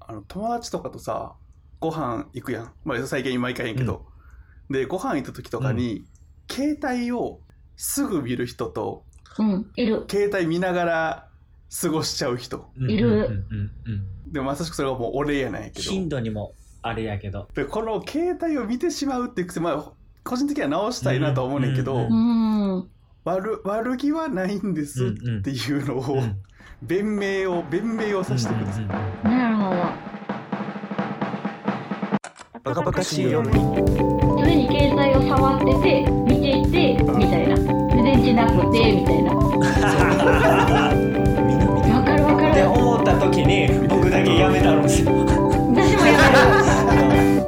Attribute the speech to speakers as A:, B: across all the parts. A: あの、友達とかとさ、ご飯行くやん。まあ、最近毎回やんけど。で、ご飯行った時とかに、携帯をすぐ見る人と、
B: うん、いる。
A: 携帯見ながら過ごしちゃう人。
C: うん
B: いる
C: うんうんうん
A: でもまさしくそれはもう俺やないけど。
C: 頻度にもあれやけど
A: でこの携帯を見てしまうっていう癖、まあ、個人的には直したいなとは思うねんけど、
C: うんうんう
B: うんん。うん
A: 悪悪気はないんですっていうのを、弁明を弁明をさせてください、
C: うんうんうん
B: なるほ
A: バカバカしい
C: よ
B: ど。常に携帯を触ってて、見ていて、みたいな。で電池なくて、みた いな。わ
C: みんな見てる
B: かるわか
C: って
B: る。
C: 思った時に僕だけやめたんですよ
B: 私もやばい。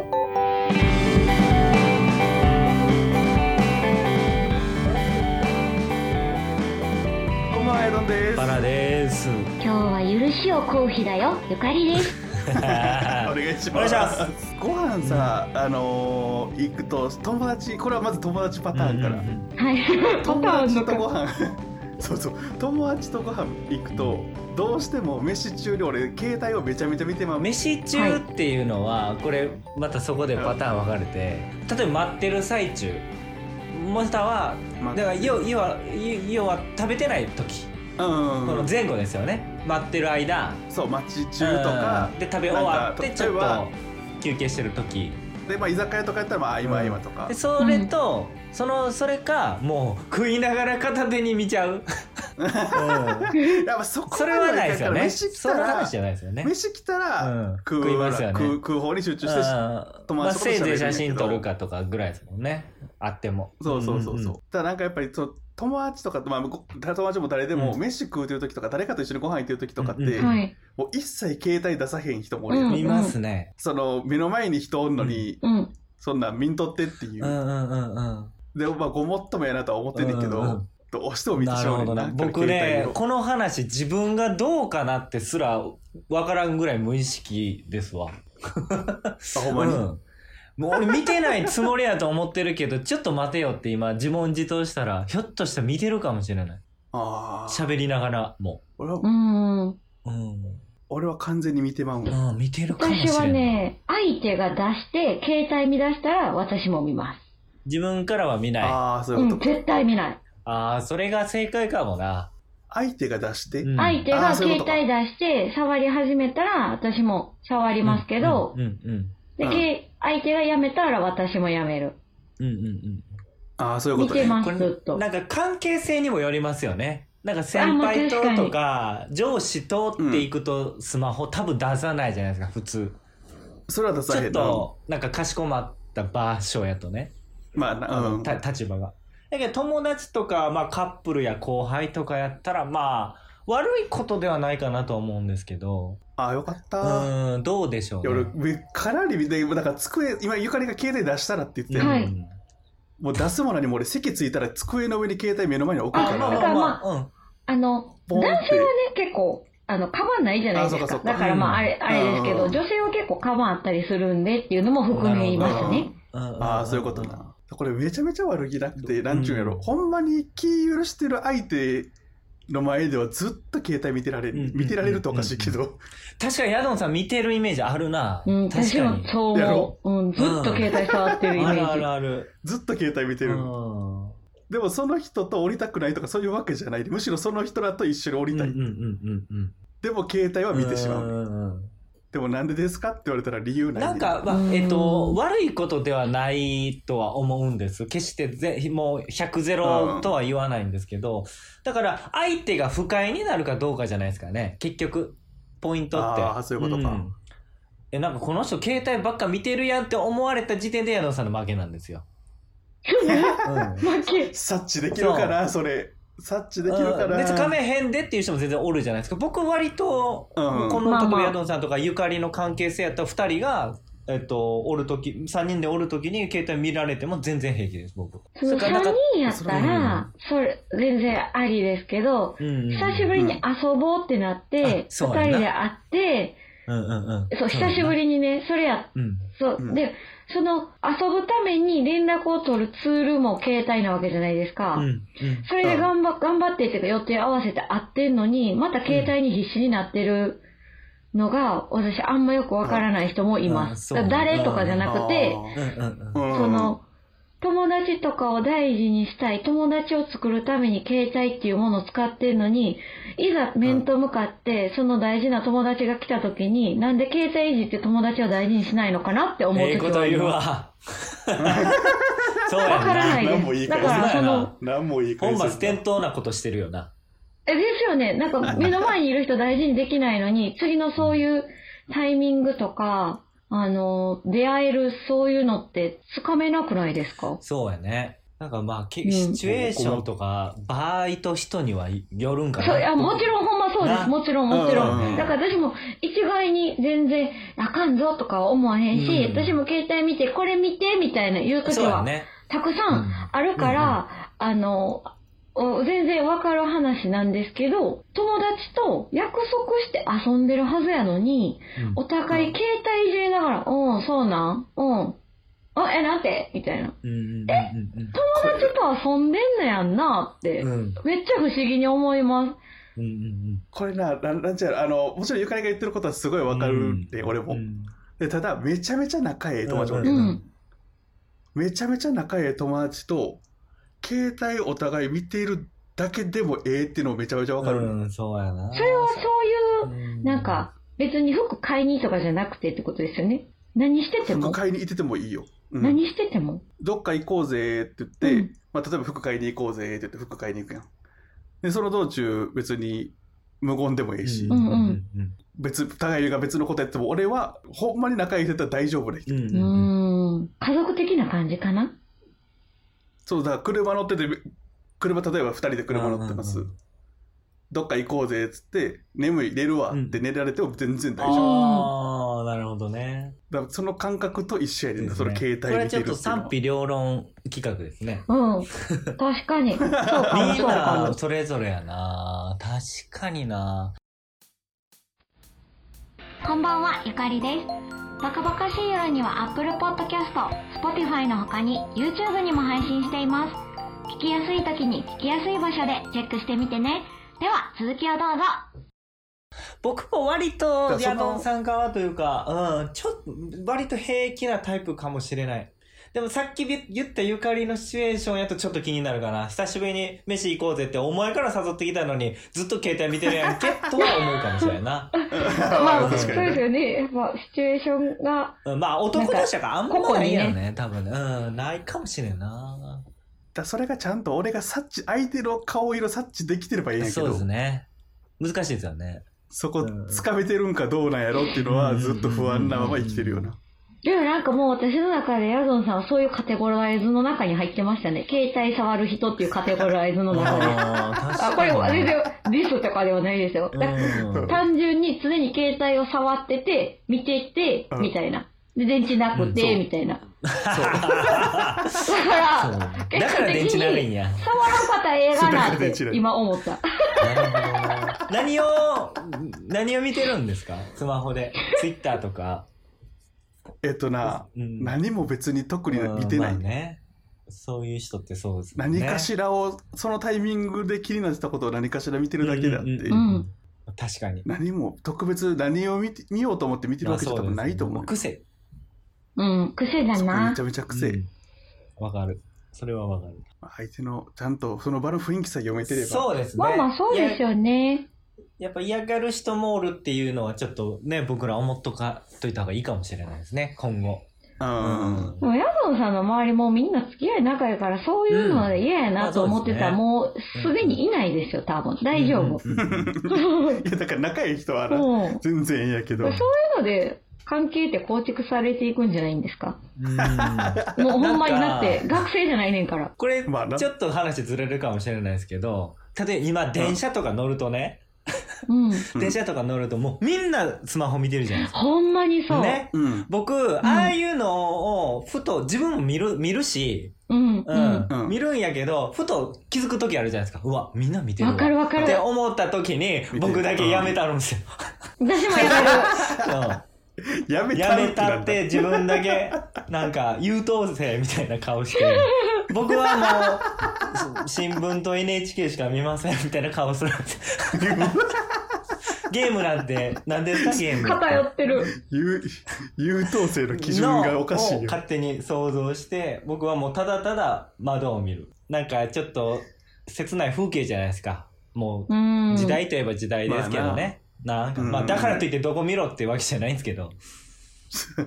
A: こんばんはエドンです
C: バラです
B: 今日は許しをこう日だよ。ゆかりです。
A: お願いします
C: お願いします
A: ご飯さ、あのー行くと友達これはまず友達パターンから、
C: うんうん
B: はい。
A: 友達とご
B: か。
A: 飯 そうそう友達とご飯行くとどうしても飯中に俺携帯をめちゃめちゃ見てま
C: う
A: うん
C: 飯中っていうのは、これまたそこでパターン分かれて例えば待ってる最中または
A: ま
C: だから要要は要要は食べてない時、
A: うん
C: この前後ですよね待ってる間
A: そう町中とか
C: うんで食べ終わっ
A: な
C: て
A: んか
C: ちょっ
A: 例えば
C: と休憩してる時
A: で、まあ、居酒屋とかやったらまあ今今とか
C: でそれと、そのそれかもう食いながら片手に見ち ゃう、
A: やっぱそこ
C: それはない
A: い
C: ですよね
A: 飯来
C: そ
A: た
C: の話
A: ら
C: じゃないですよね
A: 飯来たら、
C: うん
A: 食う
C: 食いますよね
A: 食う食う方に集中して、
C: うん
A: 友
C: ま
A: 達とか
C: あ、
A: と
C: せい
A: 喋るんやけど
C: ぜい写真撮るかとかぐらいですもんねあっても
A: そうそうそうそう、
C: んんん
A: ただなんかやっぱりそう友達とかと、まあ、ご友達も誰でも、
C: うん
A: 飯食うてる時とか誰かと一緒にご飯行ってる時とかって、
C: うんうん
B: はい。
A: もう一切携帯出さへん人もおるやん、
B: うん
C: 見ますね
A: その目の前に人おんのに、
B: うん。
A: そんなん見んとってっていうう、
C: んうんうんうん
A: でまあごもっともやなとは思ってんねんけど、
C: うんうん
A: どうしても見て
C: な
A: し
C: る
A: まう
C: ほ
A: ね
C: ど
A: ん
C: な
A: なんか
C: 僕ね
A: 携帯を
C: この話自分がどうかなってすらわからんぐらい無意識ですわ
A: あほんまに、
C: うん、もう俺見てないつもりやと思ってるけど ちょっと待てよって今自問自答したらひょっとしたら見てるかもしれない
A: ああ
C: 喋りながらも
A: 俺は
B: うん。
C: うん、
A: 俺は完全に見てまうんわ
C: うん、見てるかもしれ
B: 私
C: な、
B: はいね、相手が出して、携帯見出したら私も見ます。
C: 自分からは見ないあ
A: ああそう
B: う
A: いうこと
B: ん、絶対見ない。
C: あーそれが正解かもな、
A: 相手が出して、
C: うん
B: 相手
A: あー
B: が
A: そうい
B: 携
A: うこ
B: 帯
A: とか
B: 出して、触り始めたら私も触りますけど、
C: うんうん
B: で
A: うん
B: け相手がやめたら私もやめる。
C: うんうんうん
A: ああそういうこと
B: 見て
A: ね
C: うん
B: ます、ずっ
C: ことれ。なんか関係性にもよりますよねなんか先輩
B: あ
C: と
B: まあ確かに
C: とか上司とっていくとスマホ多分出さないじゃないですか普通
A: それは出さ
C: ち
A: へん
C: ょっ
A: な
C: となんかかしこまった場所やとね
A: まあな
C: あの
A: うん
C: た立場が。だけど友達とか、まあ、カップルや後輩とかやったらまあ悪いことではないかなと思うんですけど
A: ああよかった、
C: うーんどうでしょう、ね
A: 俺めかなり見てなんか机今ゆかりが携帯出したらって言ってた
C: う
A: よ、
C: ん
B: はい
A: もう出すものにも俺席ついたら机の上に携帯目の前に置く
C: ま
A: か
C: あ
B: あ
C: まあ
B: だ
A: ら
B: から
C: まあ、うん
B: あの、
A: ポン
B: 男
A: って
B: 性はね、結構、あの、カバンないじゃないです
A: あ
B: か。
A: そうかそうか
B: だからまあ、あれ、あれですけど、
A: うん
B: 女性は結構カバンあったりするんでっていうのも含みますね。
C: うん
A: ああそういうこと
C: ん
A: なこれめちゃめちゃ悪気なくて
C: うん
A: なんちゅうんやろ、ほんまに気許してる相手の前ではずっと携帯見てられる、
C: うん
A: 見てられるとおかしいけど、
C: 確かにヤドンさん見てるイメージあるな、
B: うん、
C: 確
B: 私
C: か
B: も
C: に
B: そう
A: や
B: 思
A: ろ
B: う。うん、ずっと携帯触ってるイメ
C: あるある
B: ージ。
C: ある、
A: ずっと携帯見て
C: う
A: る、
C: んうん
A: でもその人と降りたくないとかそういうわけじゃないむしろその人らと一緒に降
C: う
A: り
C: んう
A: たい、
C: んうん
A: でも携帯は
C: うん
A: 見てしまう、
C: んうん
A: でもなんでですかって言われたら理由ない
C: なんか、まあ
B: うん
C: えっと、悪いことではないとは思うんです。決してぜ、もう100ゼロとは言わないんですけど、だから、相手が不快になるかどうかじゃないですかね。結局、ポイントって。
A: あーそういうことか
C: んえ、なんかこの人携帯ばっか見てるやんって思われた時点で矢野さんの負けな んですよ。うん
B: 負け。
A: 察知できるかなそれ察知できるか
C: う
A: なん
C: 別に画面変でっていう人も全然おるじゃないですか僕割と、
A: うん
C: この
B: まあ
C: 例え
B: ま
C: ば
B: あ
C: ヤドンさんとかゆかりの関係性やったら2人が、えっと、おる時3人でおる時に携帯見られても全然平気です僕
B: その
C: れからなんか
B: 3人やったら、それ、全然ありですけど、
C: うんうんうん
B: 久しぶりに遊ぼうってなっ
C: うんあ
B: て、二
C: そうやな
B: 人で会って、
C: うんうんうん
B: そう、久しぶりにね、それや、
C: うん
B: そう
A: うん、
B: で、その、遊ぶために連絡を取るツールも携帯なわけじゃないですか
C: うんう。ん
B: それで頑張、頑張ってっていうか予定合わせて会ってんのに、また携帯に必死になってるのが、私あんまよくわからない人もいま
C: う
B: す。
C: んうんそう
B: だから誰とかじゃなくて、
C: うんうん
A: あ
C: うん。
A: ー
B: その、友達とかを大事にしたい、友達を作るために携帯っていうものを使ってるのに、いざ面と向かって、その大事な友達が来た時に、なんで携帯いじって友達を大事にしないのかなって思う
C: ええ
B: 時
C: こ
B: は
C: と
B: あり
C: 言う
B: ま
C: わ。そうや
B: す。
C: んな
B: わからない
A: 何も
B: で
A: 言い
B: す。
A: 返
B: だ
A: せな
B: か
A: い
B: ら、その、
A: 何もいい
C: 本末転
A: 倒
C: 倒なことしてるよな。
B: え、ですよね。なんか目の前にいる人大事にできないのに、次のそういうタイミングとか、あの、出会えるそういうのってつかめなくないですか
C: そうやね。なんかまあ、け
B: うん
C: シチュエーションとか、場合と人にはよるんかな。
B: そう、いや、もちろんほんまそうで
C: な
B: す。もちろんもちろ
A: うん
B: ん。だから私も一概に全然あかんぞとかは思わへんし、
C: うん
B: 私も携帯見て、これ見てみたいな言うとき
C: そうや
B: は、
C: ね。
B: たくさんあるから、あの、お全然わかる話なんですけど、友達と約束して遊んでるはずやのに、
C: うん
B: お互い携帯いじりながら、うん、そうなんうん。あ、え、なんてみたいな。
C: うんうん
B: 友達と遊んでんのやんなって、
C: うんうんうん。うん
B: めっちゃ不思議に思います。
C: うんうん
A: これな、ななんちゃら、あの、もちろんゆかりが言ってることはすごい
C: うん。
A: わかるんで、俺
C: う
A: も。
C: ん
A: でただ、めちゃめちゃ仲いい友達おる
B: う
A: けど
B: ん。
A: めちゃめちゃ仲いい友達と、携帯お互い見ているだけでもええっていうのめちゃめちゃわかる。
C: うん、そうやな。
B: それはそういうう、なんか、別に服買いにとかじゃなくてってことですよね。何してて
A: 服
B: も
A: 買いに行っててもいいよ。うん
B: 何してても
A: どっか行こうぜって言って、
B: うん
A: まあ、例えば服買いに行こうぜって言って服買いに行くやん。で、その道中別に無言でもええし、
B: うんうん
A: 別、互いが別のことやっても俺はほんまに仲いい人だったら大丈夫な人。
C: うん
B: う
C: うんうん
B: ーん。家族的な感じかな
A: そうだ、車乗ってて、車、例えば2人で車乗ってます。
C: うんうんうん
A: どっか行こうぜっつって、眠い、寝るわって寝られても全然大丈夫。
C: ああ、なるほどね。
A: だからその感覚と一緒やねんな、
C: です
A: そ
C: ね
A: の携帯見て
C: これ
A: る
C: は
A: って
C: ち
A: い
C: ょ
A: うの
C: っと
A: は
C: 賛否両論企画ですね。
B: うん。確かに。そう
C: み
B: かも、
C: ん
B: そうか
C: な
B: も。
C: それぞれやな。確かにな。
B: こんばんは、ゆかりです。バカバカしい夜には Apple Podcast、Spotify の他に YouTube にも配信しています。聞きやすい時に聞きやすい場所でチェックしてみてね。では、続きをどうぞ。
C: 僕も割と
A: だからそ
C: ヤ
A: の
C: ドンさん側というか、うん、ちょっと、割と平気なタイプかもしれない。でもさっきび言ったゆかりのシチュエーションやとちょっと気になるかな。久しぶりに飯行こうぜってお前から誘ってきたのにずっと携帯見てるやんけとは思うかもしれないな。
B: ま
C: あ
B: あ、
C: 確
B: そ
C: か
B: う
C: にね
B: ですよね。やっぱ、シチュエーションが、
C: うんまあ男同士だからあんまないよ
B: なん
C: ね、多分ね。うん、ないかもしれんな。
A: だからそれがちゃんと俺が察知、相手の顔色察知できてればいいんやけ
C: そう
A: ど、
C: です
A: そ
C: ね。難しいですよね。
A: こ
C: うん
A: 掴めてるんかどうなんやろっていうのはずっと不安なまま生きてるような。
B: でもなんかもう私の中でヤドンさんはそういうカテゴライズの中に入ってましたね。携帯触る人っていうカテゴライズの中で。
C: あー確
B: あ、こ
C: か
B: れ
C: にね
B: 全然ディスとかではないですよ。
C: うん
B: 単純に常に携帯を触ってて、見ていて
A: う、ん
B: みたいな。で、電池なく
A: うんそ
B: て、
A: う
B: みたいな。だ
C: そう
B: か
C: だから電池なるんや。
B: ら、触らんかったらええがなっ
A: そうだから電池な
B: て
A: る
B: 今思った。
C: 何を、何を見てるんですかスマホで。ツイッターとか。
A: えっとな、
C: うん
A: 何も別に特に見てない。
C: うんまあね。そういう人ってそうですもんね。
A: 何かしらを、そのタイミングで気になってたことを何かしら見てるだけであって、
C: うんうん
B: うん
C: 確かに。
A: 何も特別何を見て見ようと思って見てるわけじゃ多分ないと思う
C: まあ。そうですね
B: うん、癖だ
A: そこめ
B: な
A: ち。ゃめちゃ
C: 癖。
A: 癖、
C: うんわかる。それはわかる。
A: 相手のちゃんとその場の雰囲気さえ読めてれば
C: そうですね。
B: まあまあそうですよね。
C: ややっぱ嫌がる人もおるっていうのはちょっとね、僕ら思っとか、といた方がいいかもしれないですね、今後。
A: うん
B: でもヤドンさんの周りもみんな付き合い仲いいから、そういうのは嫌やなと思ってたら、
C: うん
B: もうすでにいないですよ、多分。大丈夫。
C: うんうんうん
B: うん
A: いやだから仲いい人はな
B: そういう
A: 全然ええんやけど
B: ので、関係って構築されていくんじゃないんですか
C: うん
B: もうほんまに
C: な
B: なんっ
C: か
B: て、学生じゃないねんから。
C: これ、
A: まあな
C: ちょっと話ずれるかもしれないですけど、例えば今電車とか乗るとね、
B: うん。
A: うん
C: 電車とか乗るともうみんなスマホ見てるじゃないですか。
B: ほんまにそう。
C: ね。
A: うん
C: 僕、ああいうのを、ふと自分も見る、見るし、
B: うん。う
C: うんん、
A: うん
C: 見るんやけど、ふと気づく時あるじゃないですか。うわ、みんな見てるわ。
B: わかるわか
C: って
B: る。
C: 思った時に、僕だけやめたるんですよ。
B: 私もやめる。
A: や
C: う
A: め
C: ん
A: た
C: や
A: る
C: めたって自分だけ、なんか、優等生みたいな 顔して、僕 はもう、し新聞と NHK しか見ませんみたいな顔するんですよ。ゲームなんて何ですかゲーム
B: 偏ってる。
A: 優優等生の基準がおかしい
C: のを
A: よ。
C: 勝手に想像して僕はもうただただ窓を見るなんかちょっと切ない風景じゃないですかも
B: う。
C: うん時代といえば時代ですけどね、なんか
A: うん
C: まあ、だからといってどこ見ろってわけじゃないんですけ ど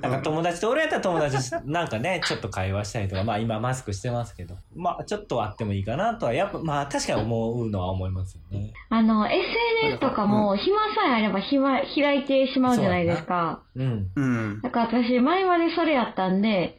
C: なんか友達と俺やったら友達 しなんかねちょっと会話したりとかまあ今マスクしてますけどまあちょっとあってもいいかなとはやっぱまあ確かに思うのは思いますよね
B: あの、SNS とかも、暇さえあれば暇、開いてしまうじゃないですか。
C: うん
A: うん。
B: だから私、前までそれやったんで、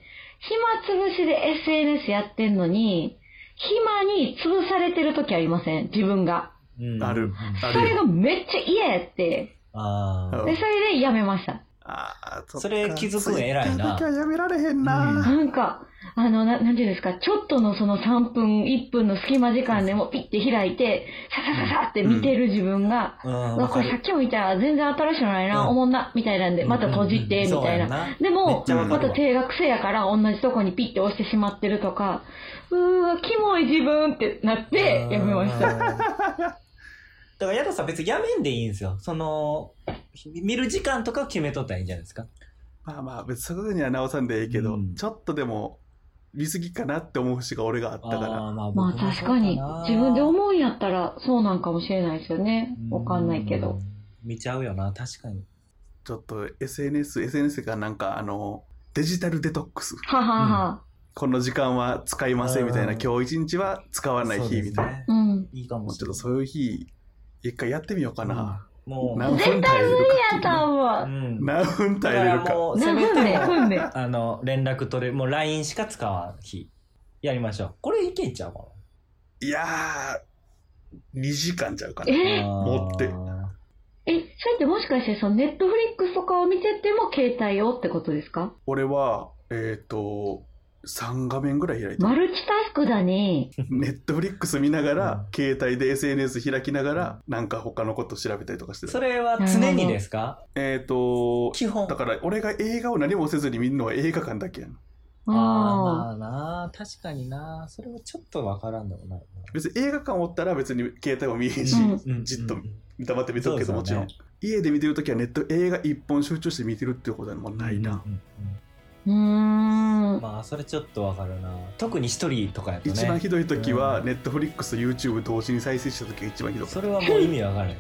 B: 暇つぶしで SNS やってんのに、暇に潰されてる時ありません自分が。
C: うん
A: ある
C: うん
A: あ
B: それがめっちゃ嫌やって。
C: あー
A: う
B: で、
A: ん
B: それでやめました。
A: ああ、っか
C: それ気づくの偉い
A: Twitter
C: な
A: だけはやめられへん
C: うん
A: な。
B: なんか、あの、ななんていうんですか、ちょっとのその3分、1分の隙間時間でもピッて開いて、ささささって見てる自分が、
C: うん
B: うわ、これさっきも見たら全然新しいのないな、
C: うん
B: おもんな、みたいなんで、また閉じて、み
C: そう
B: たい
C: や
B: な。
C: な
B: で
C: めっ
B: も
C: ちゃわ、か
B: ま
C: るわ
B: た定額制やから同じとこにピッて押してしまってるとか、うーわ、キモい自分ってなって、やめまし
C: う
B: た。
C: んだから矢田さん別にやめんでいいんですよその見る時間とかを決めとったらいいんじゃないですか
A: まあまあ、別にそこには直さんでええけど、
C: うん
A: ちょっとでも、見過ぎかなって思う節が俺があったから。
C: あーまあ僕
B: まあ
C: も
B: 確かに
C: そうな、
B: 自分で思うんやったらそうなんかもしれないですよね。わかんないけ
C: う
B: ど。
C: 見ちゃうよな確かに
A: ちょっと SNS、SNS がなんかあの、デジタルデトックス。
B: ははは。
A: この時間は使いませんみたいな、
C: うん
A: 今日一日は使わない
C: そう
A: 日
C: で
A: み
C: す
A: たいな。
C: ね
B: うん。
C: いいかも
A: もう
C: し
A: ちょ
C: れ
A: っ
C: な
A: と
C: い
A: そういう日、一回やってみようかな。
C: もう
A: 何分耐えれる
B: やった
A: か
B: わ。
A: っていううん何分
C: だ
A: 耐
C: か
A: えれ
C: ら
A: るか。
C: もうせ
B: な
C: め
B: ふんで、
C: て
B: ふんで。
C: あの連絡取れもう LINE しか使わん日やりましょうこれいけんちゃうか
A: いやー、2時間ちゃうかな。
C: な
B: え
C: あー
A: 持って
B: え、それってもしかして、そのネットフリックスとかを見てても携帯をってことですか
A: 俺は、えっ、と、3画面ぐらい開いて
B: マ
A: る。
B: ルチタスクだ ね。
A: ネットフリックス見ながら
C: う、
A: 携帯で SNS 開きながら、なんか他のこと調べたりとかして
C: そ
A: る。
C: れは常にですか
A: えっ、と、
C: 基本
A: だから俺が映画を何もせずに見るのは映画館だけやん。
B: ああ。
C: あーまあなあ確かになそれはちょっとわからんでもない
A: 別に映画館おったら別に携帯も見えへんし、
B: うん
C: な
A: じっと
C: うん
A: 黙って見とくけど、
C: そう
A: も
C: で
A: ち
C: すよ
A: ろん
C: ね
A: 家で見てるときはネット映画一本集中して見てるっていうことはもうないな、
C: うんうん
B: うーん。
C: うんまあそれちょっとわかるな特に一人とかやとね
A: 一番ひどい時は
C: うん
A: ネットフリックスと YouTube 同時に再生した時が一番ひどい
C: それはもう意味わかる、うん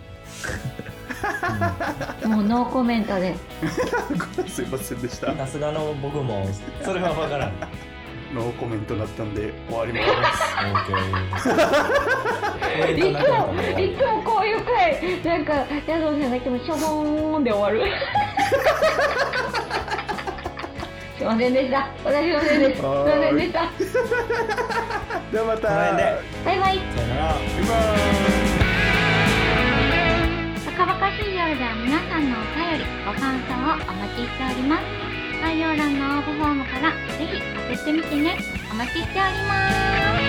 B: もうノーコメントで。
A: すいませんでした
C: さすがの僕もそれはわからん
A: ノーコメントだったんで終わります
B: いつも、いつもこういう回、なんか、ヤドさんがいつもしょぼーんで終わる。すいませんでした。私のせいです。すいませんでした。
A: ではまた
C: この辺で
B: バイバイ。
C: さよなら
A: バイバイ
D: バカバカ水曜では皆さんのお便り、ご感想をお待ちしております。概要欄の応募フォームからぜひ送ってみてね。お待ちしております。